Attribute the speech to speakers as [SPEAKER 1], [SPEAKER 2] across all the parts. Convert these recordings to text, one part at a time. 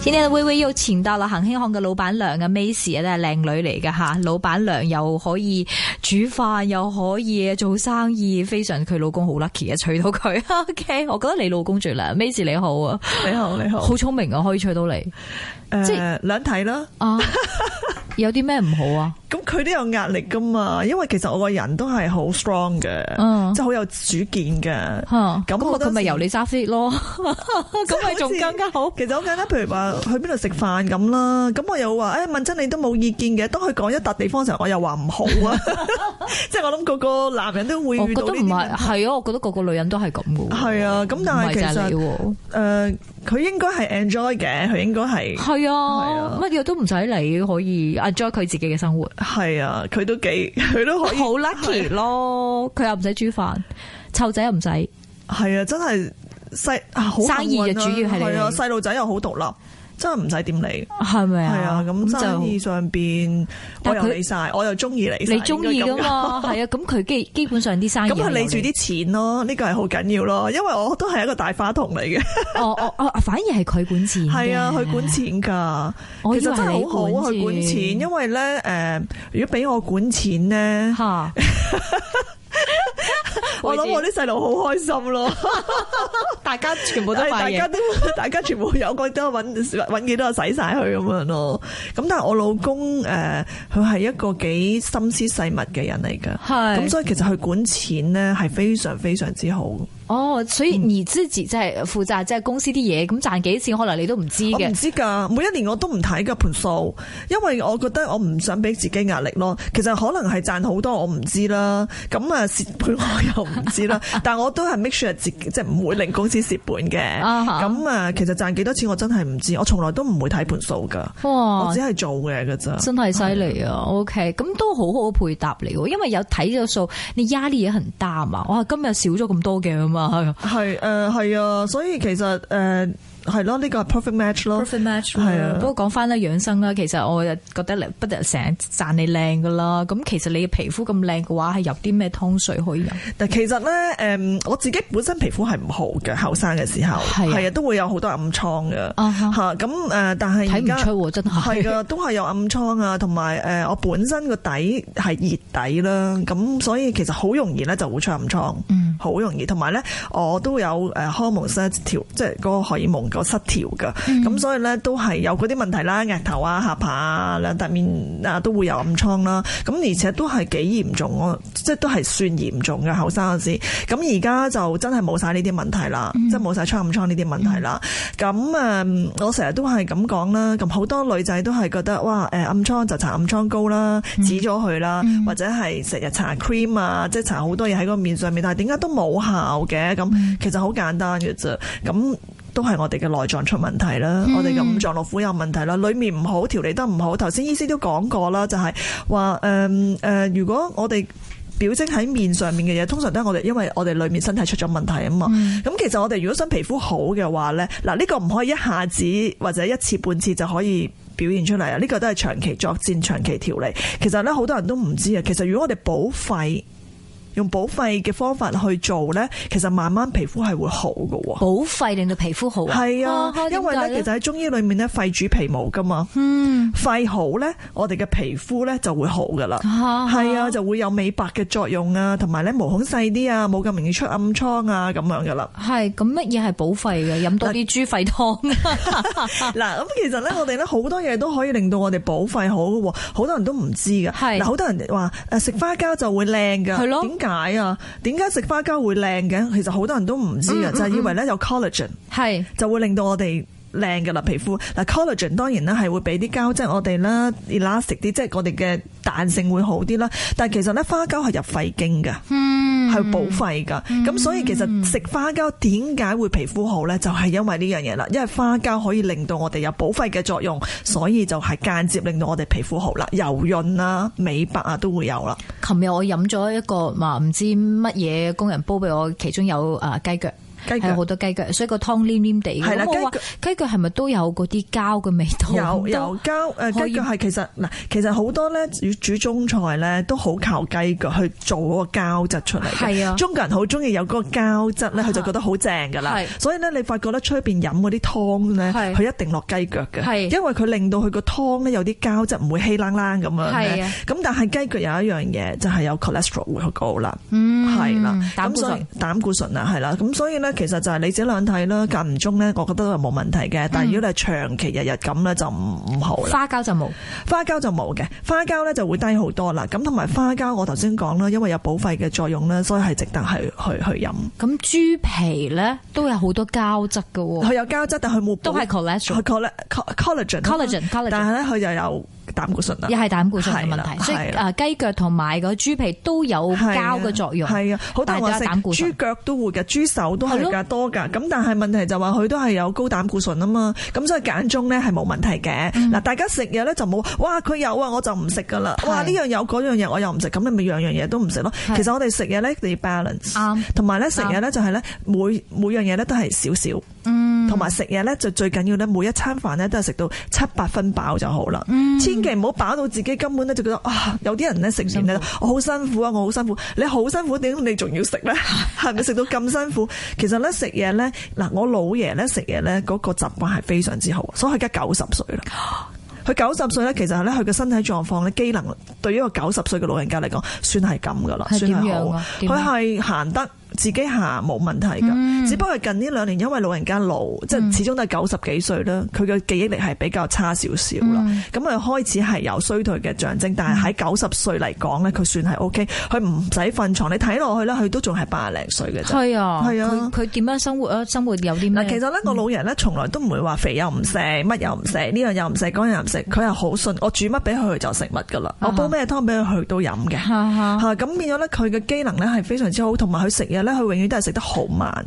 [SPEAKER 1] 今天威威又請到了恒興行嘅老闆娘嘅 Macy 啊都係靚女嚟嘅吓，老闆娘又可以煮飯，又可以做生意，非常佢老公好 lucky 啊，娶到佢。OK，我 覺得你老公最靚，Macy 你好啊，
[SPEAKER 2] 你好，你好。
[SPEAKER 1] 好聰明啊，可以娶到你即
[SPEAKER 2] 誒，兩睇啦。
[SPEAKER 1] 啊！有啲咩唔好啊？
[SPEAKER 2] 咁佢都有壓力噶嘛，因為其實我個人都係好 strong 嘅，
[SPEAKER 1] 嗯
[SPEAKER 2] 即係好有主見嘅。
[SPEAKER 1] 吓
[SPEAKER 2] 咁
[SPEAKER 1] 咁
[SPEAKER 2] 好
[SPEAKER 1] 啊，
[SPEAKER 2] 多
[SPEAKER 1] 佢咪
[SPEAKER 2] 時
[SPEAKER 1] 由你揸 fit 咯， 咁咪仲更加好。
[SPEAKER 2] 其實好簡單，譬如話去邊度食飯咁啦，咁我又話誒問真你都冇意見嘅。當佢講一笪地方嘅時候，我又話唔好啊。 即係我諗個個男人都會
[SPEAKER 1] 我
[SPEAKER 2] 遇
[SPEAKER 1] 覺
[SPEAKER 2] 到
[SPEAKER 1] 得
[SPEAKER 2] 呢
[SPEAKER 1] 唔
[SPEAKER 2] 啲
[SPEAKER 1] 係，
[SPEAKER 2] 問題。
[SPEAKER 1] 係啊，我覺得個個女人都係咁嘅喎。
[SPEAKER 2] 係啊咁但係
[SPEAKER 1] 唔係就係
[SPEAKER 2] 其實
[SPEAKER 1] 你喎
[SPEAKER 2] 誒，佢、應該係 enjoy 嘅，佢應 該係
[SPEAKER 1] 係啊
[SPEAKER 2] 啊，
[SPEAKER 1] 乜嘢都唔使理，可以 enjoy 佢自己嘅生活，
[SPEAKER 2] 係啊，佢都幾，佢都可以
[SPEAKER 1] 好 lucky 咯。佢又唔使煮飯，湊仔又唔使，
[SPEAKER 2] 係啊，真係細啊好
[SPEAKER 1] 生意嘅
[SPEAKER 2] 幸運啊
[SPEAKER 1] 主要係你
[SPEAKER 2] 係啊，細路仔又好獨立，真係唔使點理。
[SPEAKER 1] 係咪
[SPEAKER 2] 係啊
[SPEAKER 1] 啊？，
[SPEAKER 2] 咁生意
[SPEAKER 1] 就
[SPEAKER 2] 上邊
[SPEAKER 1] 但
[SPEAKER 2] 我
[SPEAKER 1] 佢
[SPEAKER 2] 又理晒，我又中意理晒，
[SPEAKER 1] 你中意
[SPEAKER 2] 應
[SPEAKER 1] 噶
[SPEAKER 2] 該咁 講？
[SPEAKER 1] 嘛？係啊，咁佢基基本上啲生意
[SPEAKER 2] 咁佢
[SPEAKER 1] 係有
[SPEAKER 2] 理住
[SPEAKER 1] 你
[SPEAKER 2] 啲錢咯，呢個係好緊要咯，因為我都係一個大花筒嚟 嘅，
[SPEAKER 1] 哦哦哦，反而係佢管錢嘅，
[SPEAKER 2] 係啊，去管錢㗎，
[SPEAKER 1] 我以為
[SPEAKER 2] 其實真係好好啊
[SPEAKER 1] 你管
[SPEAKER 2] 去管
[SPEAKER 1] 錢
[SPEAKER 2] 錢，因為咧誒、如果俾我管錢咧，
[SPEAKER 1] 嚇。
[SPEAKER 2] 我諗我啲細路好開心咯，
[SPEAKER 1] 大家全部
[SPEAKER 2] 大家都 大家全部有個都揾揾幾多就使晒佢咁樣咯，咁但係我老公誒，呃佢、係一個幾心思細密嘅人嚟㗎。
[SPEAKER 1] 係
[SPEAKER 2] 咁所以其實佢管錢咧係非常非常之好，我
[SPEAKER 1] 哦，所以你自己即係負責即係公司啲嘢，咁賺幾錢可能你都唔知
[SPEAKER 2] 唔
[SPEAKER 1] 嘅。
[SPEAKER 2] 知㗎，每一年我都唔睇㗎盤數，因為我覺得我唔想俾自己壓力咯。其實可能係賺好多我唔知啦，咁啊蝕本我又唔知啦，但我都係 make sure 自己即係唔會令公司蝕本嘅。
[SPEAKER 1] 啊哈
[SPEAKER 2] 咁啊，其實賺幾多錢我真係唔知，我從來都唔會睇盤數㗎，
[SPEAKER 1] 哇
[SPEAKER 2] 我只，係做嘅㗎咋。
[SPEAKER 1] 真哦係犀利啊！OK，咁都好好配搭嚟喎，因為有睇咗數，你壓力也很大嘛。哇，今日少咗咁多嘅嘛，係
[SPEAKER 2] 係誒係啊，所以其實誒係咯，呢個係 perfect match 咯。
[SPEAKER 1] perfect match
[SPEAKER 2] 係啊
[SPEAKER 1] 不過講翻咧養生啦，其實我又覺得你不得成日讚你靚噶啦。咁其實你嘅皮膚咁靚嘅話，係有啲咩湯水可以飲？
[SPEAKER 2] 但其實咧，誒、我自己本身皮膚係唔好嘅，後生嘅時候
[SPEAKER 1] 係啊
[SPEAKER 2] 係啊，都會有好多暗瘡嘅
[SPEAKER 1] 啊哈
[SPEAKER 2] 嚇。咁誒、但係
[SPEAKER 1] 睇
[SPEAKER 2] 而
[SPEAKER 1] 唔
[SPEAKER 2] 家
[SPEAKER 1] 出喎，真
[SPEAKER 2] 係
[SPEAKER 1] 係。
[SPEAKER 2] 噶，都係有暗瘡啊，同埋誒，我本身個底係熱底啦，咁所以其實好容易咧就會出暗瘡，
[SPEAKER 1] 嗯
[SPEAKER 2] 好容易。同埋咧，我都有誒荷爾蒙失調，即係嗰個荷爾蒙個失調噶，
[SPEAKER 1] 嗯
[SPEAKER 2] 咁、所以咧都係有嗰啲問題啦，額頭啊、下巴啊、兩笪面啊都會有暗瘡啦。咁而且都係幾嚴重，我即係都係算嚴重嘅後生嗰時。咁而家就真係冇晒呢啲問題啦，即係冇晒出暗瘡呢啲問題啦。咁誒、嗯我成日都係咁講啦。咁好多女仔都係覺得哇，誒、暗瘡就搽暗瘡膏啦，止咗佢啦，或者係成日搽 cream 啊，即係搽好多嘢喺個面上面，但係點解都冇效嘅？咁其實好簡單嘅啫。咁都係我哋嘅內臟出問題啦，我哋嘅五臟六腑有問題啦，裡面唔好，調理得唔好。頭先醫師都講過啦，就係話誒誒，如果我哋表徵喺面上面嘅嘢，通常都係我哋因為我哋裡面身體出咗問題啊嘛。咁、其實我哋如果想皮膚好嘅話呢，嗱、呢個唔可以一下子或者一次半次就可以。表現出嚟啊！呢、個都係長期作戰、長期調理。其實呢，好多人都唔知啊。其實如果我哋補肺，用補肺嘅方法去做呢，其實慢慢皮膚係會好嘅喎。
[SPEAKER 1] 補肺令到皮膚好啊！
[SPEAKER 2] 係啊，因為
[SPEAKER 1] 點解
[SPEAKER 2] 咧，其實喺中醫裏面咧，肺主皮毛噶嘛，
[SPEAKER 1] 嗯，
[SPEAKER 2] 肺好咧，我哋嘅皮膚咧就會好噶啦，係啊，就會有美白嘅作用啊，同埋咧毛孔細啲啊，冇咁容易出暗瘡啊，咁樣噶啦。
[SPEAKER 1] 係咁乜嘢係補肺嘅？飲多啲豬肺 湯啊
[SPEAKER 2] 嗱，咁其實咧，我哋咧好多嘢都可以令到我哋補肺好嘅喎，好多人都唔知噶。
[SPEAKER 1] 係
[SPEAKER 2] 嗱，好多人話誒食花膠就會靚㗎，
[SPEAKER 1] 係咯
[SPEAKER 2] 點解啊？點解食花膠會靚嘅？其實好多人都唔知
[SPEAKER 1] 嗯
[SPEAKER 2] 嘅，就係以為咧有 collagen。
[SPEAKER 1] 係
[SPEAKER 2] 就會令到我哋靚嘅啦皮膚。嗱 collagen 當然啦係會俾啲膠質我哋啦，elastic 啲，即係我哋嘅彈性會好啲啦。但係其實咧花膠係入肺經㗎，
[SPEAKER 1] 嗯
[SPEAKER 2] 係補肺㗎。咁、所以其實食花膠點解會皮膚好咧？就係、因為呢樣嘢啦，因為花膠可以令到我哋有補肺嘅作用，所以就係間接令到我哋皮膚好啦，油潤啦、美白啊都會有啦。
[SPEAKER 1] 琴日我飲咗一個話唔知乜嘢工人煲俾我，其中有啊雞腳。
[SPEAKER 2] 雞腳
[SPEAKER 1] 係好多雞腳，所以個湯黏黏地嘅。
[SPEAKER 2] 係啦
[SPEAKER 1] 咁我話
[SPEAKER 2] 雞
[SPEAKER 1] 雞腳係咪都有嗰啲膠嘅味道？
[SPEAKER 2] 有有膠誒
[SPEAKER 1] 可以
[SPEAKER 2] 雞腳係其實嗱，其實好多咧煮煮中菜咧都好靠雞腳去做嗰個膠質出嚟嘅。
[SPEAKER 1] 係啊
[SPEAKER 2] 中國人好中意有嗰個膠質咧，佢就覺得好正㗎啦
[SPEAKER 1] 係。
[SPEAKER 2] 所以咧，你發覺咧出邊飲嗰啲湯咧，
[SPEAKER 1] 係
[SPEAKER 2] 佢一定落雞腳
[SPEAKER 1] 係
[SPEAKER 2] 嘅，因為佢令到佢個湯咧有啲膠質唔會稀冷冷咁樣
[SPEAKER 1] 係
[SPEAKER 2] 咧
[SPEAKER 1] 啊。
[SPEAKER 2] 咁但係雞腳有一樣嘢就係有 cholesterol 會好高啦。
[SPEAKER 1] 嗯，
[SPEAKER 2] 係啦，
[SPEAKER 1] 膽
[SPEAKER 2] 咁
[SPEAKER 1] 固
[SPEAKER 2] 所以
[SPEAKER 1] 醇
[SPEAKER 2] 膽固醇啊，係啦，咁所以咧，其實就係你自己兩睇啦，間唔中咧，我覺得係冇問題
[SPEAKER 1] 嗯
[SPEAKER 2] 嘅。但係如果你係長期日日咁咧，就唔唔好啦。
[SPEAKER 1] 花膠就冇。
[SPEAKER 2] 花膠就冇嘅，花膠咧就會低好多啦。咁同埋花膠，我頭先講啦，因為有補肺嘅作用咧，所以係值得去去去飲。
[SPEAKER 1] 咁豬皮咧都有好多膠質嘅喎，
[SPEAKER 2] 佢有膠質，但佢冇補
[SPEAKER 1] 哦都係
[SPEAKER 2] 佢
[SPEAKER 1] cholesterol、
[SPEAKER 2] colla- coll- collagen
[SPEAKER 1] collagen、
[SPEAKER 2] 但
[SPEAKER 1] collagen。
[SPEAKER 2] 係咧佢又有膽固醇啦
[SPEAKER 1] 又。係膽固醇嘅
[SPEAKER 2] 係啦
[SPEAKER 1] 問題，所以
[SPEAKER 2] 係
[SPEAKER 1] 誒雞腳同埋個豬皮都有膠嘅作用，
[SPEAKER 2] 啊係啊，好多人話食
[SPEAKER 1] 但係都有膽固醇
[SPEAKER 2] 豬腳都會嘅，豬手都係
[SPEAKER 1] 係咯
[SPEAKER 2] 㗎，多㗎。咁但係問題就話佢都係有高膽固醇啊嘛，咁所以間中咧係冇問題嘅。嗱、大家食嘢咧就冇，哇佢有啊我就唔食㗎啦，
[SPEAKER 1] 嗯係
[SPEAKER 2] 哇呢樣有嗰樣嘢我又唔食，咁你咪樣樣嘢都唔食咯
[SPEAKER 1] 係。
[SPEAKER 2] 其實我哋食嘢咧你要 balance，
[SPEAKER 1] 啱
[SPEAKER 2] 同埋咧食嘢咧就係咧每每樣嘢咧都係少少，
[SPEAKER 1] 嗯，
[SPEAKER 2] 同埋食嘢咧就最緊要咧每一餐飯咧都係食到七八分飽就好啦。
[SPEAKER 1] 嗯
[SPEAKER 2] 千祈唔好飽到自己根本咧就覺得啊，有啲人咧食完咧，我好辛苦啊，我好辛苦，你好辛苦點解你仲要食 咧？係咪食到咁辛苦？其實咧食嘢咧，嗱我老爺咧食嘢咧嗰個習慣係非常之好，所以佢而家九十歲啦。佢九十歲咧，其實咧佢嘅身體狀況咧，機能對於一個九十歲嘅老人家嚟講，算係咁噶啦，
[SPEAKER 1] 係
[SPEAKER 2] 算
[SPEAKER 1] 點樣
[SPEAKER 2] 係好
[SPEAKER 1] 啊。點樣
[SPEAKER 2] 佢係行得自己行冇問題㗎，只不過係近呢兩年因為老人家老，即係始終都係九十幾歲啦，佢嘅記憶力係比較差少少啦。咁佢、開始係有衰退嘅象徵，但係喺九十歲嚟講咧，佢算係 O K，佢唔使瞓床，你睇落去咧，佢都仲係八廿零歲嘅啫。
[SPEAKER 1] 係啊，
[SPEAKER 2] 係啊
[SPEAKER 1] 佢佢點樣生活啊？生活有啲
[SPEAKER 2] 嗱，
[SPEAKER 1] 咩？嗯
[SPEAKER 2] 其實咧，我老人咧從來都唔會話肥又唔食，乜又唔食，呢樣又唔食，嗰樣又唔食。佢係好信，我煮乜俾佢，佢就食乜噶啦。我煲咩湯俾佢，佢都飲嘅。
[SPEAKER 1] 哈啊哈
[SPEAKER 2] 嚇咁變咗咧，佢嘅機能咧係非常之好，同埋佢食嘢咧，佢永遠都係食得好慢，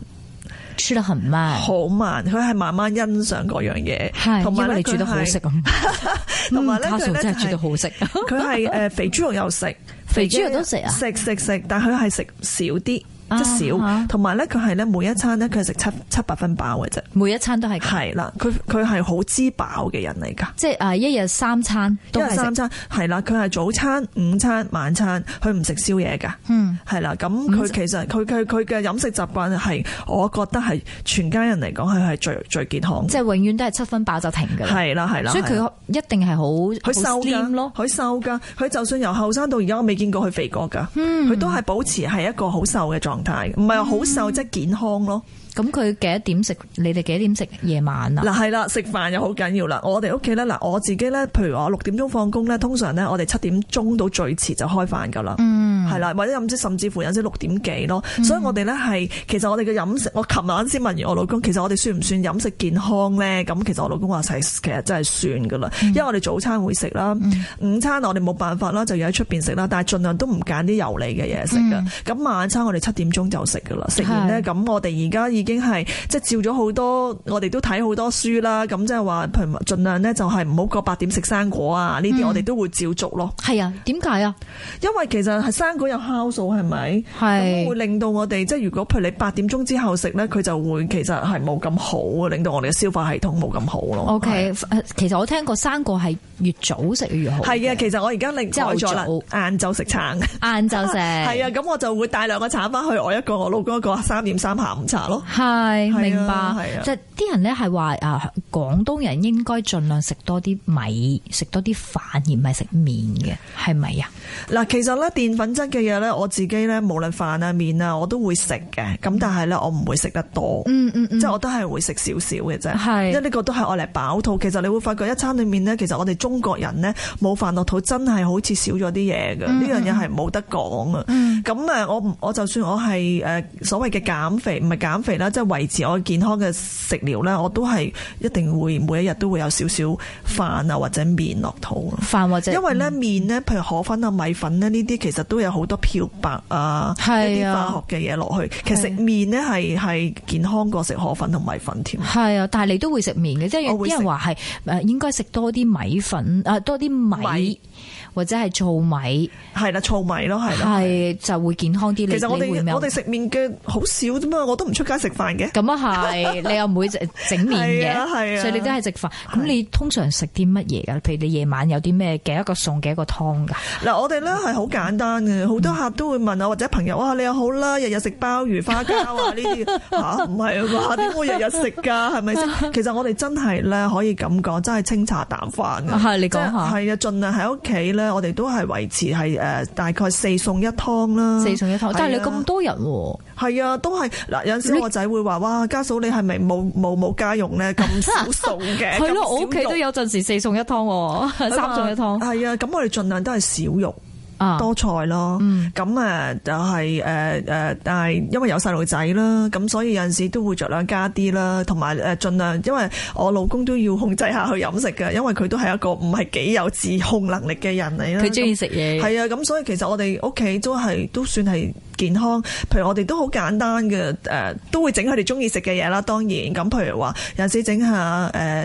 [SPEAKER 1] 吃得很慢，
[SPEAKER 2] 好慢。佢係慢慢欣賞嗰樣嘢，
[SPEAKER 1] 係
[SPEAKER 2] 同埋
[SPEAKER 1] 因為
[SPEAKER 2] 咧
[SPEAKER 1] 你煮
[SPEAKER 2] 佢
[SPEAKER 1] 得好食
[SPEAKER 2] 係
[SPEAKER 1] 咁，
[SPEAKER 2] 同埋咧
[SPEAKER 1] 嗯卡
[SPEAKER 2] 佢
[SPEAKER 1] 素
[SPEAKER 2] 咧
[SPEAKER 1] 真係煮
[SPEAKER 2] 係
[SPEAKER 1] 得好食，
[SPEAKER 2] 佢係誒肥豬肉又食，
[SPEAKER 1] 肥豬肉都食啊
[SPEAKER 2] 食食食，但佢係食少啲，即係
[SPEAKER 1] 啊
[SPEAKER 2] 少，同埋咧佢係咧每一餐咧佢係食七七八分飽嘅啫。
[SPEAKER 1] 每一餐都係咁，
[SPEAKER 2] 係啦，佢佢係好滋飽嘅人嚟㗎。
[SPEAKER 1] 即係誒一日三餐
[SPEAKER 2] 因
[SPEAKER 1] 都
[SPEAKER 2] 為
[SPEAKER 1] 係
[SPEAKER 2] 三
[SPEAKER 1] 食，
[SPEAKER 2] 餐係啦，佢係早餐、午餐、晚餐，佢唔食宵夜㗎。
[SPEAKER 1] 嗯，
[SPEAKER 2] 係啦，咁佢其實佢佢佢嘅飲食習慣係，我覺得係全家人嚟講，佢係最最健康。
[SPEAKER 1] 即係永遠都係七分飽就停㗎啦，
[SPEAKER 2] 係啦，係啦，
[SPEAKER 1] 所以
[SPEAKER 2] 係啦
[SPEAKER 1] 佢一定係好
[SPEAKER 2] 佢
[SPEAKER 1] 好
[SPEAKER 2] 瘦
[SPEAKER 1] slim
[SPEAKER 2] 㗎
[SPEAKER 1] 咯，，
[SPEAKER 2] 佢瘦㗎，佢就算由後生到而家，我未見過佢肥過㗎。
[SPEAKER 1] 嗯
[SPEAKER 2] 佢都係保持係一個好瘦嘅狀態，唔係話好
[SPEAKER 1] 嗯
[SPEAKER 2] 瘦即係健康咯。
[SPEAKER 1] 咁佢幾多點食？你哋幾多點食夜晚啊？
[SPEAKER 2] 嗱係啦，食飯又好緊要啦。我哋屋企咧，嗱我自己咧，譬如我六點鐘放工咧，通常咧我哋七點鐘到最遲就開飯噶啦。嗯，係啦，或者甚至甚至乎有陣時六點幾咯。所以我哋咧係其實我哋嘅飲食，我琴晚先問完我老公，其實我哋算唔算飲食健康咧？咁其實我老公話係其實真係算噶啦，因為我哋早餐會食啦，午餐我哋冇辦法啦，就要喺出邊食啦，但係盡量都唔揀啲油膩嘅嘢食噶。咁晚餐我哋七點鐘就食噶啦，食完咧
[SPEAKER 1] 係
[SPEAKER 2] 咁我哋而家已經係即係照咗好多，我哋都睇好多書啦。咁即係話，譬如盡量咧就係唔好過八點食生果啊，呢啲我哋都會照足咯。
[SPEAKER 1] 係啊，點解啊？
[SPEAKER 2] 因為其實係生果有酵素係咪？咁會
[SPEAKER 1] 係
[SPEAKER 2] 令到我哋即係如果譬如你八點鐘之後食咧，佢就會其實係冇咁好啊，令到我哋嘅消化系統冇咁好咯。
[SPEAKER 1] O K，其實我聽過生果係越早食越好，
[SPEAKER 2] 係嘅，其實我而家另改咗啦，
[SPEAKER 1] 朝
[SPEAKER 2] 晏晝食橙。
[SPEAKER 1] 晏晝食
[SPEAKER 2] 係啊，咁我就會帶兩個橙翻去，我一個我老公一個三點三下午茶咯。
[SPEAKER 1] 係
[SPEAKER 2] 係啊
[SPEAKER 1] 明
[SPEAKER 2] 係
[SPEAKER 1] 白
[SPEAKER 2] 啊，
[SPEAKER 1] 即係啲人咧係話啊，廣東人應該盡量食多啲米，食多啲飯而唔係食麵嘅，係咪啊？
[SPEAKER 2] 嗱，其實咧澱粉質嘅嘢咧，我自己咧無論飯啊麵啊，我都會食嘅。咁但係咧，我唔會食得多，
[SPEAKER 1] 嗯嗯
[SPEAKER 2] 即係我都係會食少少嘅啫。
[SPEAKER 1] 係
[SPEAKER 2] 因為呢個都係我嚟飽肚。其實你會發覺一餐裡面咧，其實我哋中國人咧冇飯落肚，真係好似少咗啲嘢
[SPEAKER 1] 嗯
[SPEAKER 2] 嘅。呢樣嘢係冇得講啊。咁誒，我唔我就算我係誒所謂嘅減肥，唔係減肥啦，即係維持我健康嘅食療咧，我都係一定會每一日都會有少少飯啊或者麵落肚啊咯。
[SPEAKER 1] 飯或者
[SPEAKER 2] 因為咧面咧，譬如河粉啊、米粉咧，呢啲其實都有好多漂白啊，一
[SPEAKER 1] 係
[SPEAKER 2] 啲
[SPEAKER 1] 啊
[SPEAKER 2] 化學嘅嘢落去。其實食面咧係係健康過食河粉同米粉添。
[SPEAKER 1] 係啊，但係你都會食麵嘅，即係有
[SPEAKER 2] 我會
[SPEAKER 1] 啲
[SPEAKER 2] 食
[SPEAKER 1] 人話係誒應該食多啲米粉，啊多啲米
[SPEAKER 2] 米
[SPEAKER 1] 或者係糙米，
[SPEAKER 2] 係啦，糙米咯，係啦。
[SPEAKER 1] 係就會健康啲。你
[SPEAKER 2] 其實我
[SPEAKER 1] 你會咩
[SPEAKER 2] 哋我哋食麵嘅好少啫嘛，我都唔出街食飯嘅。
[SPEAKER 1] 咁啊 係，你又唔會整整面
[SPEAKER 2] 係啊係
[SPEAKER 1] 嘅，
[SPEAKER 2] 啊
[SPEAKER 1] 所以你都係食飯。咁你通常食啲乜嘢㗎？譬如你夜晚有啲咩嘅一個餸嘅一個湯㗎？
[SPEAKER 2] 嗱，我哋咧係好簡單嘅，好多客都會問我啊或者朋友，哇，你又好啦，日日食鮑魚花膠啊 呢啲吓，唔係啊嘛，點會日日食㗎？係咪先？ 其實我哋真係咧可以咁講，真係清茶淡飯嘅。
[SPEAKER 1] 啊係你
[SPEAKER 2] 嗯即
[SPEAKER 1] 講
[SPEAKER 2] 係
[SPEAKER 1] 下
[SPEAKER 2] 係啊，盡量喺屋企咧，我哋都係維持係誒大概四餸一湯啦。
[SPEAKER 1] 四餸一湯，但係你
[SPEAKER 2] 係啊
[SPEAKER 1] 咁多人喎。
[SPEAKER 2] 係啊，都係嗱，有陣時我仔會話：哇，家嫂你係 咪冇冇冇家用咧？咁少餸嘅，
[SPEAKER 1] 係
[SPEAKER 2] 咁
[SPEAKER 1] 咯，
[SPEAKER 2] 少
[SPEAKER 1] 我屋企
[SPEAKER 2] 肉
[SPEAKER 1] 都有陣時四餸一湯喎， 三餸一湯
[SPEAKER 2] 係啊，咁我哋盡量都係少肉
[SPEAKER 1] 啊。嗯
[SPEAKER 2] 多菜咯。咁誒就係誒誒，但係因為有細路仔啦，咁所以有陣時都會酌量加啲啦，同埋誒盡量，因為我老公都要控制下佢飲食嘅，因為佢都係一個唔係幾有自控能力嘅人嚟啦。
[SPEAKER 1] 佢中意食嘢，
[SPEAKER 2] 係啊，咁所以其實我哋屋企都係都算係健康，譬如我哋都好簡單嘅，誒、都會整佢哋中意食嘅嘢啦。當然，咁譬如話有陣時整下誒。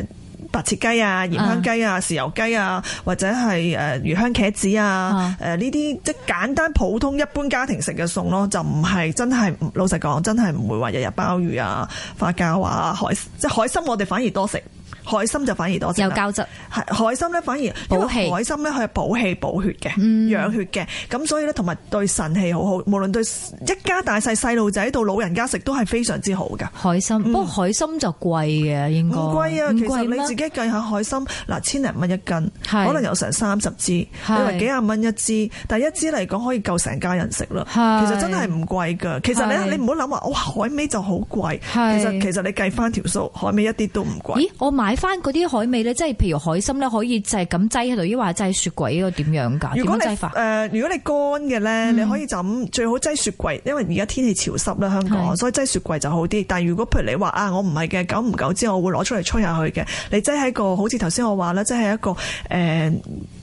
[SPEAKER 2] 白切雞啊、鹽香雞啊、豉油雞啊，或者係誒魚香茄子啊
[SPEAKER 1] 啊，
[SPEAKER 2] 誒呢啲即係簡單普通一般家庭食嘅餸咯，就唔係真係唔老實講，真係唔會話日日鮑魚啊、花膠啊、海即係海參，我哋反而多食，海參就反而多食啦。
[SPEAKER 1] 有膠質。
[SPEAKER 2] 係海參咧，反而因
[SPEAKER 1] 補
[SPEAKER 2] 為
[SPEAKER 1] 氣嗯
[SPEAKER 2] 海參咧，佢係補氣補血嘅，養血嘅，咁所以咧，同埋對腎氣好好，無論對一家大細細路仔到老人家食都係非常之好噶。
[SPEAKER 1] 海參，不過海參就貴嘅，應
[SPEAKER 2] 嗯唔
[SPEAKER 1] 該
[SPEAKER 2] 貴啊，
[SPEAKER 1] 哦唔
[SPEAKER 2] 其
[SPEAKER 1] 貴
[SPEAKER 2] 實
[SPEAKER 1] 咩
[SPEAKER 2] 你自己計下海參，嗱千零蚊一斤，
[SPEAKER 1] 係
[SPEAKER 2] 可能有成三十支，你
[SPEAKER 1] 係
[SPEAKER 2] 話幾廿蚊一支，但係一支嚟講可以夠成家人食啦。
[SPEAKER 1] 係
[SPEAKER 2] 其實真係唔貴噶，其實
[SPEAKER 1] 係
[SPEAKER 2] 咧你唔好諗話哇海味就好貴，其
[SPEAKER 1] 係
[SPEAKER 2] 實其實你計翻條數，海味一啲都唔貴。
[SPEAKER 1] 咦，我買翻嗰啲海味咧，即係譬如海參咧，可以就係咁擠喺度，抑或擠喺雪櫃嗰個點樣㗎？
[SPEAKER 2] 如
[SPEAKER 1] 啊點
[SPEAKER 2] 果
[SPEAKER 1] 樣
[SPEAKER 2] 你
[SPEAKER 1] 擠
[SPEAKER 2] 誒、
[SPEAKER 1] 法？嗯
[SPEAKER 2] 如果你乾嘅咧，你可以就咁最好擠雪櫃，因為而家天氣潮濕啦，香港，
[SPEAKER 1] 係
[SPEAKER 2] 所以擠雪櫃就好啲。但係如果譬如你話啊，我唔係嘅，久唔久之後我會攞出嚟吹下佢嘅，你擠喺個好似頭先我話啦，擠喺一個誒誒、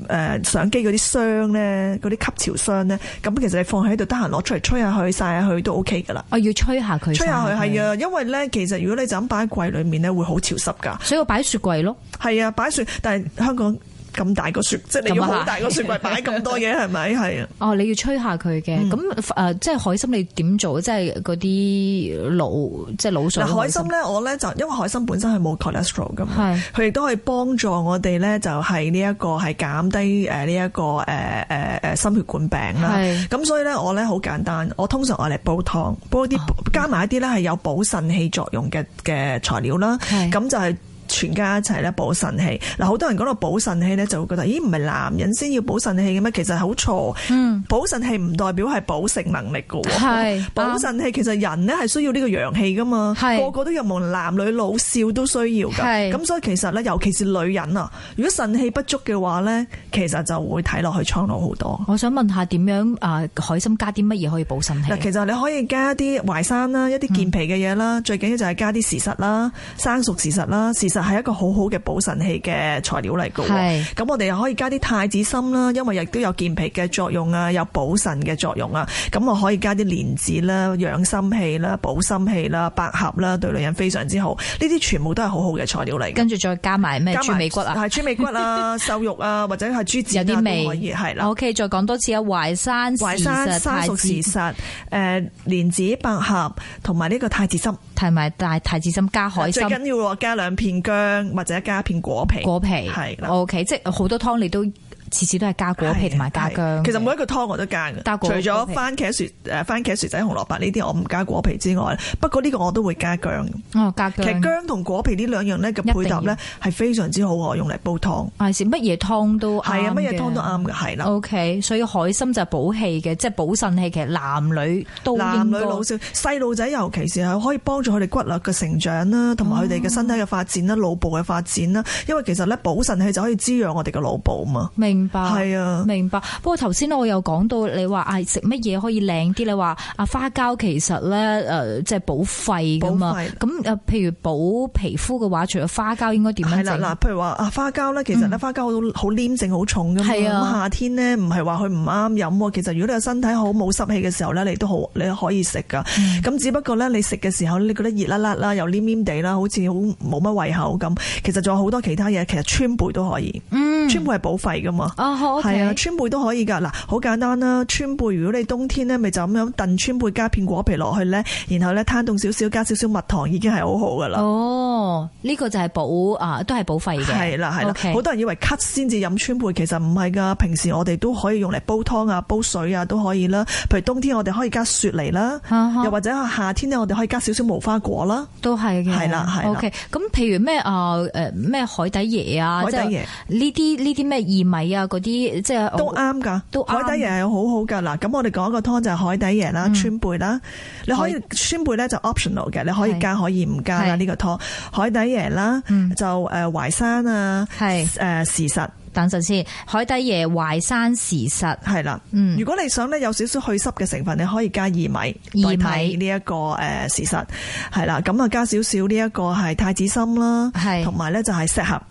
[SPEAKER 2] 呃相機嗰啲箱咧，嗰啲吸潮箱咧，咁其實你放喺度，得閒攞出嚟吹下佢、曬下佢都 OK 噶啦。
[SPEAKER 1] 我哦要吹下佢，
[SPEAKER 2] 吹下佢
[SPEAKER 1] 曬
[SPEAKER 2] 係，啊，因為咧其實如果你就咁擺喺櫃裡面咧，會好潮濕㗎。
[SPEAKER 1] 所以我擺喺雪櫃咯。
[SPEAKER 2] 係啊，擺雪，但係香港咁大個雪，即係你要
[SPEAKER 1] 咁啊
[SPEAKER 2] 好大個雪櫃擺咁多嘢係咪？係啊。
[SPEAKER 1] 哦，你要吹下佢嘅，
[SPEAKER 2] 嗯
[SPEAKER 1] 咁誒、呃即係海參你點做？即係嗰啲滷，即係滷水
[SPEAKER 2] 嗱，海參
[SPEAKER 1] 參
[SPEAKER 2] 咧，我咧就因為海參本身係冇 cholesterol 噶嘛
[SPEAKER 1] 係，
[SPEAKER 2] 佢亦都可以幫助我哋咧，就係呢一個係減低誒呢一個誒誒誒心血管病啦
[SPEAKER 1] 係。
[SPEAKER 2] 咁所以咧，我咧好簡單，我通常我嚟煲湯，煲啲
[SPEAKER 1] 啊
[SPEAKER 2] 加埋一啲咧係有補腎氣作用嘅嘅材料啦。
[SPEAKER 1] 係
[SPEAKER 2] 咁就係全家一齊咧補腎氣。嗱，好多人講到補腎氣咧，就會覺得咦唔係男人先要補腎氣嘅咩？其實好錯。
[SPEAKER 1] 嗯，
[SPEAKER 2] 補腎氣唔代表係補性能力嘅喎。
[SPEAKER 1] 係
[SPEAKER 2] 補腎氣其實人咧係需要呢個陽氣噶嘛，
[SPEAKER 1] 係
[SPEAKER 2] 個個都有，無論男女老少都需要噶。
[SPEAKER 1] 係
[SPEAKER 2] 咁所以其實咧，尤其是女人啊，如果腎氣不足嘅話咧，其實就會睇落去蒼老好多。
[SPEAKER 1] 我想問下點樣啊、海參加啲乜嘢可以補腎
[SPEAKER 2] 嗱，
[SPEAKER 1] 氣？
[SPEAKER 2] 其實你可以加啲淮山啦，一
[SPEAKER 1] 嗯
[SPEAKER 2] 啲健脾嘅嘢啦，最緊要就係加啲時實啦、生熟時實啦，時實係一個好好嘅補腎氣嘅材料嚟㗎
[SPEAKER 1] 係
[SPEAKER 2] 喎。咁我哋又可以加啲太子參啦，因為亦都有健脾嘅作用啊，有補腎嘅作用啊。咁我可以加啲蓮子啦、養心氣啦、補心氣啦、百合啦，對女人非常之好。呢啲全部都係好好嘅材料嚟嘅。
[SPEAKER 1] 跟住再加埋咩
[SPEAKER 2] 加
[SPEAKER 1] 豬
[SPEAKER 2] 埋
[SPEAKER 1] 尾骨啊？
[SPEAKER 2] 係豬尾骨 啊、瘦肉啊，或者係豬
[SPEAKER 1] 有
[SPEAKER 2] 展啊，
[SPEAKER 1] 啲
[SPEAKER 2] 都可以
[SPEAKER 1] 味
[SPEAKER 2] 係啦。
[SPEAKER 1] O K，再講多次啊！淮山、
[SPEAKER 2] 淮
[SPEAKER 1] 豉實
[SPEAKER 2] 山、山
[SPEAKER 1] 太
[SPEAKER 2] 熟
[SPEAKER 1] 子
[SPEAKER 2] 時實、誒蓮子、百合同埋呢個太子參，
[SPEAKER 1] 同埋大太子參加海
[SPEAKER 2] 啊最
[SPEAKER 1] 參
[SPEAKER 2] 緊要喎加兩片薑或者加一片果皮。
[SPEAKER 1] 果皮
[SPEAKER 2] 係啦
[SPEAKER 1] O K，即係好多湯你都次次都係加果皮同埋加薑
[SPEAKER 2] 係
[SPEAKER 1] 嘅。
[SPEAKER 2] 其實每一個湯我都加嘅，
[SPEAKER 1] 加果
[SPEAKER 2] 除
[SPEAKER 1] 皮
[SPEAKER 2] 咗番茄薯誒番茄薯仔紅蘿蔔呢啲我唔加果皮之外，不過呢個我都會加薑。
[SPEAKER 1] 哦加
[SPEAKER 2] 其實
[SPEAKER 1] 薑，
[SPEAKER 2] 薑同果皮呢兩樣咧嘅
[SPEAKER 1] 一定
[SPEAKER 2] 配搭咧係非常之好喎，用嚟煲湯。
[SPEAKER 1] 係是乜嘢湯都
[SPEAKER 2] 係啊，乜嘢湯
[SPEAKER 1] 啱嘅。
[SPEAKER 2] 都
[SPEAKER 1] 哦
[SPEAKER 2] 啱嘅，係啦。
[SPEAKER 1] O、k 所以海參就係補氣嘅，即係補腎氣。其實男女都
[SPEAKER 2] 男
[SPEAKER 1] 應
[SPEAKER 2] 女
[SPEAKER 1] 該
[SPEAKER 2] 老少細路仔，尤其是係可以幫助佢哋骨骼嘅成長啦，同埋佢哋嘅身體嘅發展啦、腦部嘅發展啦。因為其實咧補腎氣就可以滋養我哋嘅腦部嘛。
[SPEAKER 1] 明白。
[SPEAKER 2] 係啊，
[SPEAKER 1] 明白，不過頭先我有講到你話啊食乜嘢可以靚啲？你話啊花膠其實咧誒、呃即係補肺噶嘛
[SPEAKER 2] 補肺。
[SPEAKER 1] 咁誒，譬如補皮膚嘅話，除咗花膠應該點樣
[SPEAKER 2] 係
[SPEAKER 1] 整？嗯
[SPEAKER 2] 啦，嗱，譬如話啊花膠咧，其實咧花膠好好黏性好重噶嘛。
[SPEAKER 1] 係啊
[SPEAKER 2] 咁夏天咧唔係話佢唔啱飲喎，其實如果你個身體好冇濕氣嘅時候咧，你都好你可以食噶。
[SPEAKER 1] 嗯
[SPEAKER 2] 咁只不過咧，你食嘅時候你覺得熱辣辣啦，又黏黏地啦，好似好冇乜胃口咁。其實仲有好多其他嘢，其實川貝都可以。
[SPEAKER 1] 嗯
[SPEAKER 2] 川貝係補肺噶嘛。嘛。
[SPEAKER 1] 哦，好
[SPEAKER 2] 係啊，
[SPEAKER 1] ，OK，
[SPEAKER 2] 川貝都可以㗎。嗱，好簡單啦，川貝如果你冬天咧，咪就咁樣燉川貝加片果皮落去咧，然後咧攤凍少少，加少少蜜糖，已經係好好㗎啦。
[SPEAKER 1] 哦，呢個就係補啊，都係補肺嘅，
[SPEAKER 2] 係啦，係啦，
[SPEAKER 1] OK
[SPEAKER 2] 好多人以為咳先至飲川貝，其實唔係噶。平時我哋都可以用嚟煲湯啊、煲水啊都可以啦。譬如冬天我哋可以加雪梨啦，
[SPEAKER 1] 哈哈
[SPEAKER 2] 又或者夏天呢，我哋可以加少少無花果啦。
[SPEAKER 1] 都係嘅，
[SPEAKER 2] 係啦係啦
[SPEAKER 1] O K，咁譬如咩啊誒咩海底椰啊，
[SPEAKER 2] 海
[SPEAKER 1] 即
[SPEAKER 2] 底
[SPEAKER 1] 係
[SPEAKER 2] 椰
[SPEAKER 1] 呢啲呢啲咩薏米啊嗰啲，即係哦
[SPEAKER 2] 都啊啱噶，
[SPEAKER 1] 都啱
[SPEAKER 2] 海底椰係好好噶嗱。咁我哋講一個湯就係海底椰啦、
[SPEAKER 1] 嗯
[SPEAKER 2] 川貝啦，你可以川貝咧就 optional 嘅，你可以加可以唔加啦
[SPEAKER 1] 係
[SPEAKER 2] 呢個湯。海底椰啦
[SPEAKER 1] 嗯，
[SPEAKER 2] 就誒淮山啊，
[SPEAKER 1] 係
[SPEAKER 2] 誒時實
[SPEAKER 1] 等陣先，海底椰淮山時實，
[SPEAKER 2] 係啦。
[SPEAKER 1] 嗯
[SPEAKER 2] 如果你想咧有少少去濕嘅成分，你可以加薏米，
[SPEAKER 1] 薏米
[SPEAKER 2] 代替呢一個誒事實係啦。咁啊加少少呢一個係太子參啦，
[SPEAKER 1] 係
[SPEAKER 2] 同埋咧就係石斛，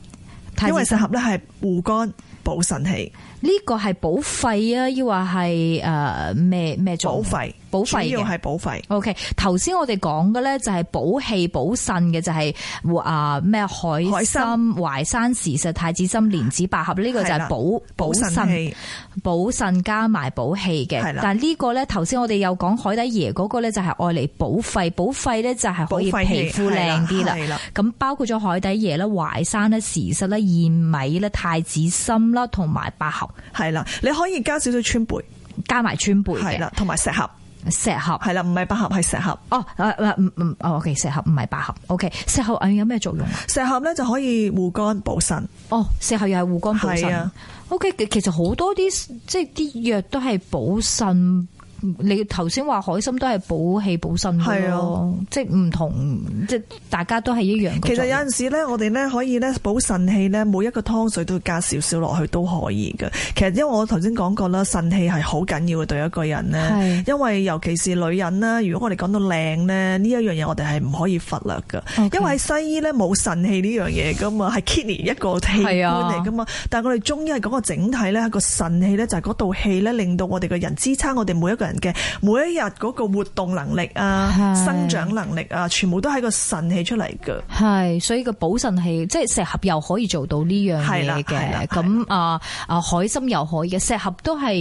[SPEAKER 1] 太
[SPEAKER 2] 因
[SPEAKER 1] 子
[SPEAKER 2] 為石
[SPEAKER 1] 參
[SPEAKER 2] 斛咧係護肝補腎氣、
[SPEAKER 1] 呢個係補肺啊，抑或係誒咩咩做
[SPEAKER 2] 補？肺、
[SPEAKER 1] 補肺嘅
[SPEAKER 2] 主要係補肺。
[SPEAKER 1] O K，頭先我哋講嘅咧就係補氣補腎嘅，就係啊咩海
[SPEAKER 2] 海
[SPEAKER 1] 參、淮山、時實、太子參、蓮子、百合，呢個就
[SPEAKER 2] 係
[SPEAKER 1] 係
[SPEAKER 2] 啦
[SPEAKER 1] 補
[SPEAKER 2] 補腎
[SPEAKER 1] 腎、
[SPEAKER 2] 氣
[SPEAKER 1] 補腎加埋補氣嘅
[SPEAKER 2] 係。啦
[SPEAKER 1] 但係呢個咧，頭先我哋有講海底椰嗰個咧，就係愛嚟補肺，補肺咧就係可以
[SPEAKER 2] 補肺氣
[SPEAKER 1] 皮膚靚啲啦。
[SPEAKER 2] 係啦，
[SPEAKER 1] 咁包括咗海底椰啦、淮山啦、時實啦、薏米啦、太子參啦，同埋百合，
[SPEAKER 2] 係啦，你可以加少少川貝，
[SPEAKER 1] 加埋川貝
[SPEAKER 2] 係
[SPEAKER 1] 嘅
[SPEAKER 2] 啦，同埋石斛，
[SPEAKER 1] 石斛。
[SPEAKER 2] 係啦，唔係百合係石斛。
[SPEAKER 1] 哦，啊啊唔唔哦，OK，石斛唔係百合，OK，石斛誒有咩作用啊？
[SPEAKER 2] 石斛咧就可以護肝補腎，
[SPEAKER 1] 哦，石斛又係護肝補
[SPEAKER 2] 係
[SPEAKER 1] 腎
[SPEAKER 2] 啊。
[SPEAKER 1] OK，其實好多啲即係啲藥都係補腎。你頭先話海參都係補氣補腎嘅
[SPEAKER 2] 係啊
[SPEAKER 1] 咯，即係唔同，即係大家都係一樣嘅
[SPEAKER 2] 其
[SPEAKER 1] 作
[SPEAKER 2] 實有
[SPEAKER 1] 用。
[SPEAKER 2] 陣時咧，我哋咧可以咧補腎氣咧，每一個湯水都加少少落去都可以嘅。其實因為我頭先講過啦，腎氣係好緊要嘅對一個人咧
[SPEAKER 1] 係，
[SPEAKER 2] 因為尤其是女人啦，如果我哋講到靚咧，呢一樣嘢我哋係唔可以忽略嘅
[SPEAKER 1] OK
[SPEAKER 2] 因為喺西醫咧冇腎氣呢樣嘢噶嘛，係 kidney 一個器官
[SPEAKER 1] 係啊
[SPEAKER 2] 嚟噶嘛。但係我哋中醫係講個整體咧，個腎氣咧就係嗰道氣咧，令到我哋個人支撐我哋每一個人嘅每一日嗰個活動能力啊、
[SPEAKER 1] 係
[SPEAKER 2] 生長能力啊，全部都喺個腎氣出嚟嘅。
[SPEAKER 1] 係，所以個補腎氣，即係石斛又可以做到呢樣
[SPEAKER 2] 係啦
[SPEAKER 1] 嘢
[SPEAKER 2] 係啦
[SPEAKER 1] 嘅。咁啊啊，海參又可以嘅，石斛都係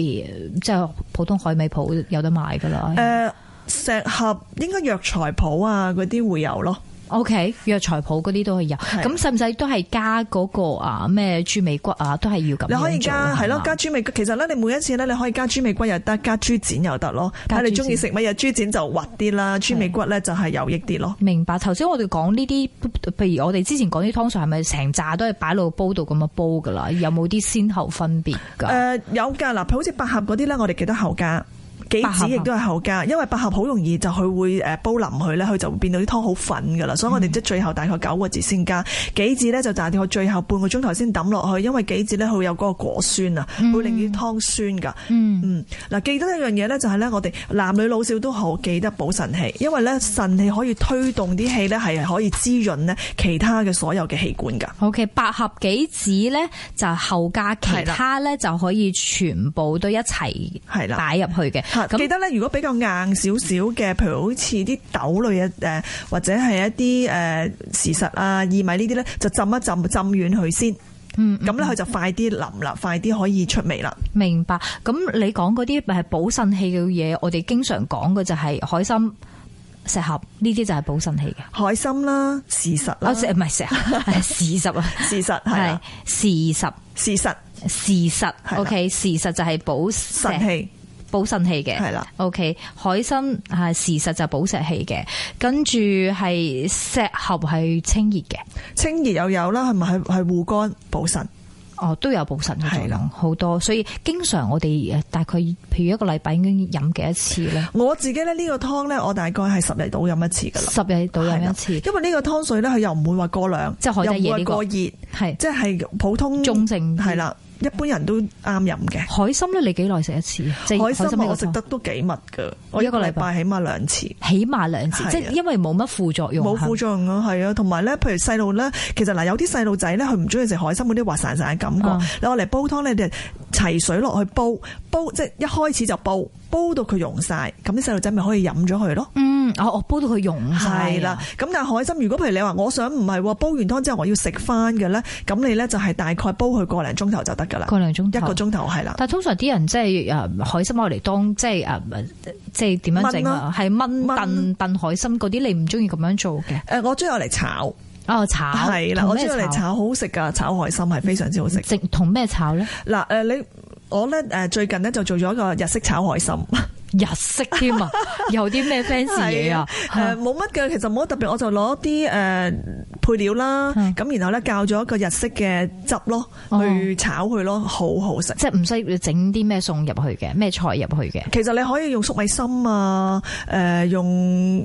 [SPEAKER 1] 即係普通海味鋪有得賣噶啦。
[SPEAKER 2] 誒、呃石斛應該藥材鋪啊嗰啲會有咯，
[SPEAKER 1] O K，藥材鋪嗰啲都係有，咁使唔使都係加嗰個啊咩豬尾骨啊，都係要咁樣
[SPEAKER 2] 你
[SPEAKER 1] 做。啊
[SPEAKER 2] 可以加係
[SPEAKER 1] 係
[SPEAKER 2] 咯
[SPEAKER 1] 嘛，
[SPEAKER 2] 加豬尾骨。其實咧，你每一次咧，你可以加豬尾骨又得，加豬展又得咯。
[SPEAKER 1] 加豬
[SPEAKER 2] 睇
[SPEAKER 1] 展
[SPEAKER 2] 你中意食乜嘢，豬展就滑啲啦，豬尾骨咧就係油益啲咯。
[SPEAKER 1] 明白。頭先我哋講呢啲，譬如我哋之前講啲湯水，係咪成扎都係擺落個煲度咁樣煲噶啦？有冇啲先後分別
[SPEAKER 2] 誒、
[SPEAKER 1] 㗎？
[SPEAKER 2] 呃有㗎嗱，譬如好似百合嗰啲咧，我哋記得後加。杞
[SPEAKER 1] 百合啊
[SPEAKER 2] 子亦都係後加，因為百合好容易就佢會誒煲腍佢咧，佢就會變到啲湯好粉噶啦，所以我
[SPEAKER 1] 嗯
[SPEAKER 2] 哋即係最後大概九個字先加杞子咧，就大概最後半個鐘頭先抌落去，因為杞子咧佢會有嗰個果酸啊，會令啲湯酸噶。
[SPEAKER 1] 嗯，
[SPEAKER 2] 嗯，嗱，記得一樣嘢咧，就係咧，我哋男女老少都好記得補腎氣，因為咧腎氣可以推動啲氣咧，係可以滋潤咧其他嘅所有嘅器官㗎。
[SPEAKER 1] O.K. 百合杞子咧就後加，其
[SPEAKER 2] 係啦
[SPEAKER 1] 他咧就可以全部都一齊
[SPEAKER 2] 係啦
[SPEAKER 1] 擺入去嘅。
[SPEAKER 2] 嚇記
[SPEAKER 1] 咁
[SPEAKER 2] 得咧，如果比較硬少少嘅，譬如好似啲豆類啊，誒或者係一啲誒時實啊、薏米呢啲咧，就浸一浸，浸軟佢先。
[SPEAKER 1] 嗯
[SPEAKER 2] 咁咧佢就快啲腍啦，快啲可以出味啦。
[SPEAKER 1] 明白。咁你講嗰啲係補腎氣嘅嘢，我哋經常講嘅就係海參、石斛呢啲就係補腎氣嘅。
[SPEAKER 2] 海參啦，時實
[SPEAKER 1] 啊，
[SPEAKER 2] 啦，
[SPEAKER 1] 唔係 石斛，係事實啊，
[SPEAKER 2] 時實係
[SPEAKER 1] 係
[SPEAKER 2] 啦，
[SPEAKER 1] 事實，
[SPEAKER 2] 時實
[SPEAKER 1] 事實
[SPEAKER 2] 係啦
[SPEAKER 1] ，OK，事實就係補石
[SPEAKER 2] 腎氣
[SPEAKER 1] 補腎氣嘅，
[SPEAKER 2] 係啦。
[SPEAKER 1] OK，海參係事實就補石氣嘅，跟住係石斛係清熱嘅，
[SPEAKER 2] 清熱又有啦，係咪係係護肝補腎？
[SPEAKER 1] 哦，都有補腎嘅作
[SPEAKER 2] 係
[SPEAKER 1] 用，
[SPEAKER 2] 啦
[SPEAKER 1] 好多，所以經常我哋誒大概譬如一個禮拜應該飲幾多次咧？
[SPEAKER 2] 我自己咧呢個湯咧，我大概係十日到飲一次噶啦，
[SPEAKER 1] 十日到飲一次，
[SPEAKER 2] 因為呢個湯水咧，佢又唔會話過涼，
[SPEAKER 1] 即係海底
[SPEAKER 2] 又
[SPEAKER 1] 椰
[SPEAKER 2] 唔
[SPEAKER 1] 呢
[SPEAKER 2] 會
[SPEAKER 1] 個
[SPEAKER 2] 過熱，即
[SPEAKER 1] 係
[SPEAKER 2] 係普通
[SPEAKER 1] 中性啲
[SPEAKER 2] 係啦，一般人都啱飲嘅。
[SPEAKER 1] 海參咧，你幾耐食一次？即係
[SPEAKER 2] 海
[SPEAKER 1] 海參
[SPEAKER 2] 參啊
[SPEAKER 1] 呢個
[SPEAKER 2] 我食
[SPEAKER 1] 湯
[SPEAKER 2] 得都幾密噶，我一個禮拜起碼兩次，
[SPEAKER 1] 起碼兩次，
[SPEAKER 2] 係啊
[SPEAKER 1] 即係因為冇乜副作用，
[SPEAKER 2] 冇
[SPEAKER 1] 係咪
[SPEAKER 2] 副作用啊，係啊，同埋咧，譬如細路咧，其實嗱有啲細路仔咧，佢唔中意食海參嗰啲滑潺潺嘅感覺
[SPEAKER 1] 啊，
[SPEAKER 2] 你我嚟煲湯咧，你就齊水落去煲，煲即係一開始就煲，煲到佢溶晒，咁啲細路仔咪可以飲咗佢咯。
[SPEAKER 1] 嗯嗯，我我煲到佢溶晒。
[SPEAKER 2] 係啦，，咁但係海參，如果譬如你話我想唔係喎，煲完湯之後我要食翻嘅咧，咁你咧就係大概煲佢個零鐘頭就得㗎啦，
[SPEAKER 1] 個零鐘
[SPEAKER 2] 一
[SPEAKER 1] 頭
[SPEAKER 2] 個鐘頭係啦。
[SPEAKER 1] 但係通常啲人即係誒海參攞嚟當即係誒即係點樣整啊？係炆燉
[SPEAKER 2] 炆
[SPEAKER 1] 燉海參嗰啲，你唔中意咁樣做嘅。
[SPEAKER 2] 誒，我中意我嚟炒，
[SPEAKER 1] 哦，炒嗯
[SPEAKER 2] 係啦，
[SPEAKER 1] 同
[SPEAKER 2] 我
[SPEAKER 1] 咩
[SPEAKER 2] 中意我嚟炒，好食㗎，炒海參係非常之好食。
[SPEAKER 1] 食同咩炒咧？
[SPEAKER 2] 嗱，誒你。我咧誒最近咧就做咗一個日式炒海參，
[SPEAKER 1] 日式添 啊，有啲咩 fans 嘢啊？
[SPEAKER 2] 誒冇乜嘅，其實冇乜特別，我就攞啲誒配料啦，
[SPEAKER 1] 嗯
[SPEAKER 2] 咁然後咧教咗一個日式嘅汁咯，
[SPEAKER 1] 哦
[SPEAKER 2] 去炒佢咯，好好食。
[SPEAKER 1] 即係唔需要整啲咩餸入去嘅，咩菜入去嘅。
[SPEAKER 2] 其實你可以用粟米芯啊，誒、用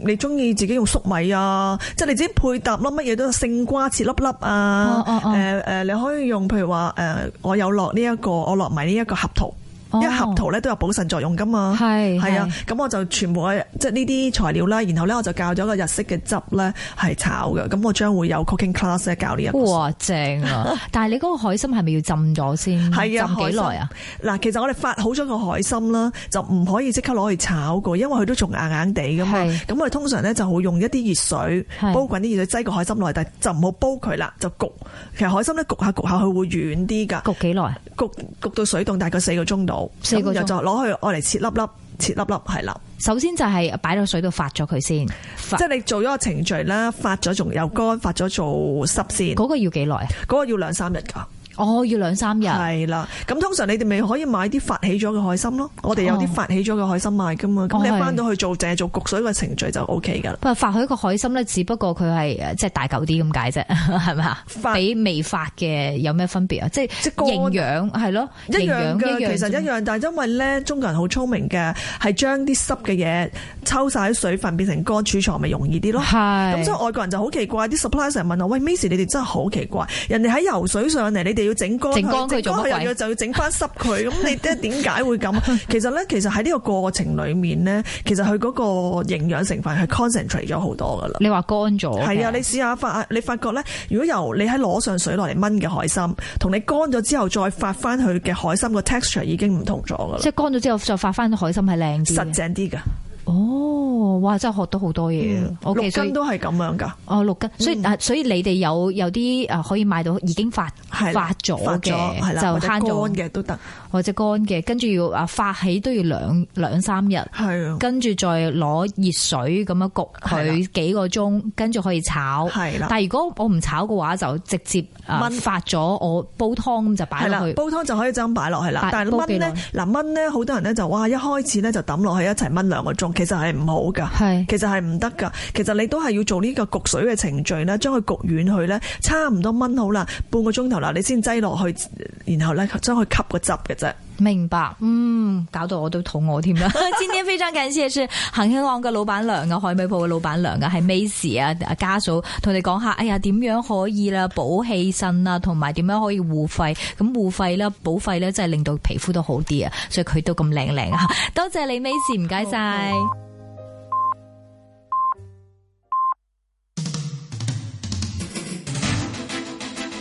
[SPEAKER 2] 你中意自己用粟米啊，即係你自己配搭咯，乜嘢都有勝瓜切粒粒啊，誒誒、
[SPEAKER 1] 哦哦哦
[SPEAKER 2] 你可以用譬如話誒、我有落呢、一個，我落埋呢一個合桃，
[SPEAKER 1] 哦
[SPEAKER 2] 因為合桃咧都有補腎作用噶嘛，
[SPEAKER 1] 係
[SPEAKER 2] 係啊
[SPEAKER 1] 係，
[SPEAKER 2] 咁我就全部嘅即係呢啲材料啦，然後咧我就教咗個日式嘅汁咧係炒嘅，咁我將會有 cooking class 咧教呢一個。
[SPEAKER 1] 哇，正啊！ 但係你嗰個海參係咪要浸咗先？
[SPEAKER 2] 係啊，
[SPEAKER 1] 浸幾耐啊？
[SPEAKER 2] 海參？嗱，其實我哋發好咗個海參啦，就唔可以即刻攞去炒過，因為佢都仲硬硬地噶嘛。
[SPEAKER 1] 係
[SPEAKER 2] 咁我哋通常咧就會用一啲熱水
[SPEAKER 1] 係
[SPEAKER 2] 煲滾啲熱水，擠個海參落去，但係就唔好煲佢啦，就焗。其實海參咧焗下焗下，佢會軟啲㗎，
[SPEAKER 1] 焗幾耐？啊
[SPEAKER 2] 焗焗到水凍大概四個鐘度，
[SPEAKER 1] 四個鐘
[SPEAKER 2] 咁就攞去愛嚟切粒粒。切粒粒係啦，
[SPEAKER 1] 首先就係擺落水度發咗佢先，發
[SPEAKER 2] 即係你做咗個程序啦，發咗仲有乾，發咗做濕先，嗰、
[SPEAKER 1] 嗰個要幾耐啊？
[SPEAKER 2] 個要兩三日㗎。
[SPEAKER 1] 哦，要兩三日。
[SPEAKER 2] 係啦，咁通常你哋咪可以買啲發起咗嘅海參咯，我哋有啲
[SPEAKER 1] 哦
[SPEAKER 2] 發起咗嘅海參賣噶嘛，咁
[SPEAKER 1] 哦
[SPEAKER 2] 你
[SPEAKER 1] 係
[SPEAKER 2] 翻到去做淨係做焗水嘅程序就 O K 噶啦。
[SPEAKER 1] 不過發佢一個海參咧，只不過佢係誒即係大嚿啲咁解啫， 係咪啊？
[SPEAKER 2] 發
[SPEAKER 1] 比未發嘅有咩分別啊？即係
[SPEAKER 2] 即係乾
[SPEAKER 1] 營養係咯，
[SPEAKER 2] 一
[SPEAKER 1] 營
[SPEAKER 2] 樣
[SPEAKER 1] 養
[SPEAKER 2] 嘅，
[SPEAKER 1] 一樣
[SPEAKER 2] 其實
[SPEAKER 1] 啫
[SPEAKER 2] 一樣，但係因為咧，中國人好聰明嘅，係將啲濕嘅嘢抽晒啲水分變成乾儲藏，咪容易啲咯。
[SPEAKER 1] 係
[SPEAKER 2] 咁所以外國人就好奇怪，啲 supplier 成日問我：喂，Miss，你哋真係好奇怪，人哋喺游水上嚟，你哋要整乾
[SPEAKER 1] 整乾佢做乜鬼
[SPEAKER 2] 又要就要整翻濕佢，咁你即係點解會 咁？其實咧，其實喺呢個過程裏面咧，其實佢嗰個營養成分係 concentrate 咗好多噶啦。
[SPEAKER 1] 你話乾咗嘅，
[SPEAKER 2] 係啊，你試下發，你發覺咧，如果由你喺攞上水落嚟炆嘅海參，同你乾咗之後再發翻佢嘅海參個 texture 已經唔同咗噶啦，
[SPEAKER 1] 即係乾咗之後再發翻海參係靚啲
[SPEAKER 2] 實
[SPEAKER 1] 嘅。
[SPEAKER 2] 淨啲噶，
[SPEAKER 1] 哦，哇！真係學到好多嘢啊。O
[SPEAKER 2] 嗯六
[SPEAKER 1] K，所以
[SPEAKER 2] 根都嗯係咁樣噶。
[SPEAKER 1] 哦六斤，所以啊所以你哋有有啲啊可以買到已經發
[SPEAKER 2] 係啦
[SPEAKER 1] 發咗
[SPEAKER 2] 發
[SPEAKER 1] 嘅，
[SPEAKER 2] 咗係啦，或
[SPEAKER 1] 就
[SPEAKER 2] 者
[SPEAKER 1] 慳
[SPEAKER 2] 乾
[SPEAKER 1] 咗，
[SPEAKER 2] 嘅都得，
[SPEAKER 1] 或者乾嘅，跟住要啊發起都要兩兩三日。
[SPEAKER 2] 係啊，
[SPEAKER 1] 跟住再攞熱水咁樣焗
[SPEAKER 2] 係
[SPEAKER 1] 佢幾個鐘，跟住可以炒。
[SPEAKER 2] 係啦。
[SPEAKER 1] 但係如果我唔炒嘅話，就直接炆
[SPEAKER 2] 炆
[SPEAKER 1] 發咗，我煲湯咁就擺
[SPEAKER 2] 係
[SPEAKER 1] 落
[SPEAKER 2] 啦，
[SPEAKER 1] 去。
[SPEAKER 2] 煲湯就可以就咁擺落去啦
[SPEAKER 1] 擺。
[SPEAKER 2] 但係
[SPEAKER 1] 煲
[SPEAKER 2] 炆
[SPEAKER 1] 幾
[SPEAKER 2] 咧，嗱炆咧，好多人咧就哇一開始咧就抌落去一齊炆兩個鐘，其實係唔好噶。
[SPEAKER 1] 係
[SPEAKER 2] 其實係唔得噶，其實你都係要做呢個焗水嘅程序咧，將佢焗軟佢咧，差唔多炆好啦，半個鐘頭啦，你先擠落去，然後咧將佢吸個汁嘅啫。
[SPEAKER 1] 明白，嗯，搞到我都肚餓 添啦。 今天非常感謝是恒興行嘅老闆娘啊，海味鋪嘅老闆娘啊，係 Macy 啊，家嫂同你講下，哎呀點樣可以啦，補氣腎啊，同埋點樣可以護肺，咁護肺啦，補
[SPEAKER 2] 哦
[SPEAKER 1] 肺咧，真係令到皮膚都好啲啊，所以佢都咁靚靚啊，多謝你 Macy，唔該晒。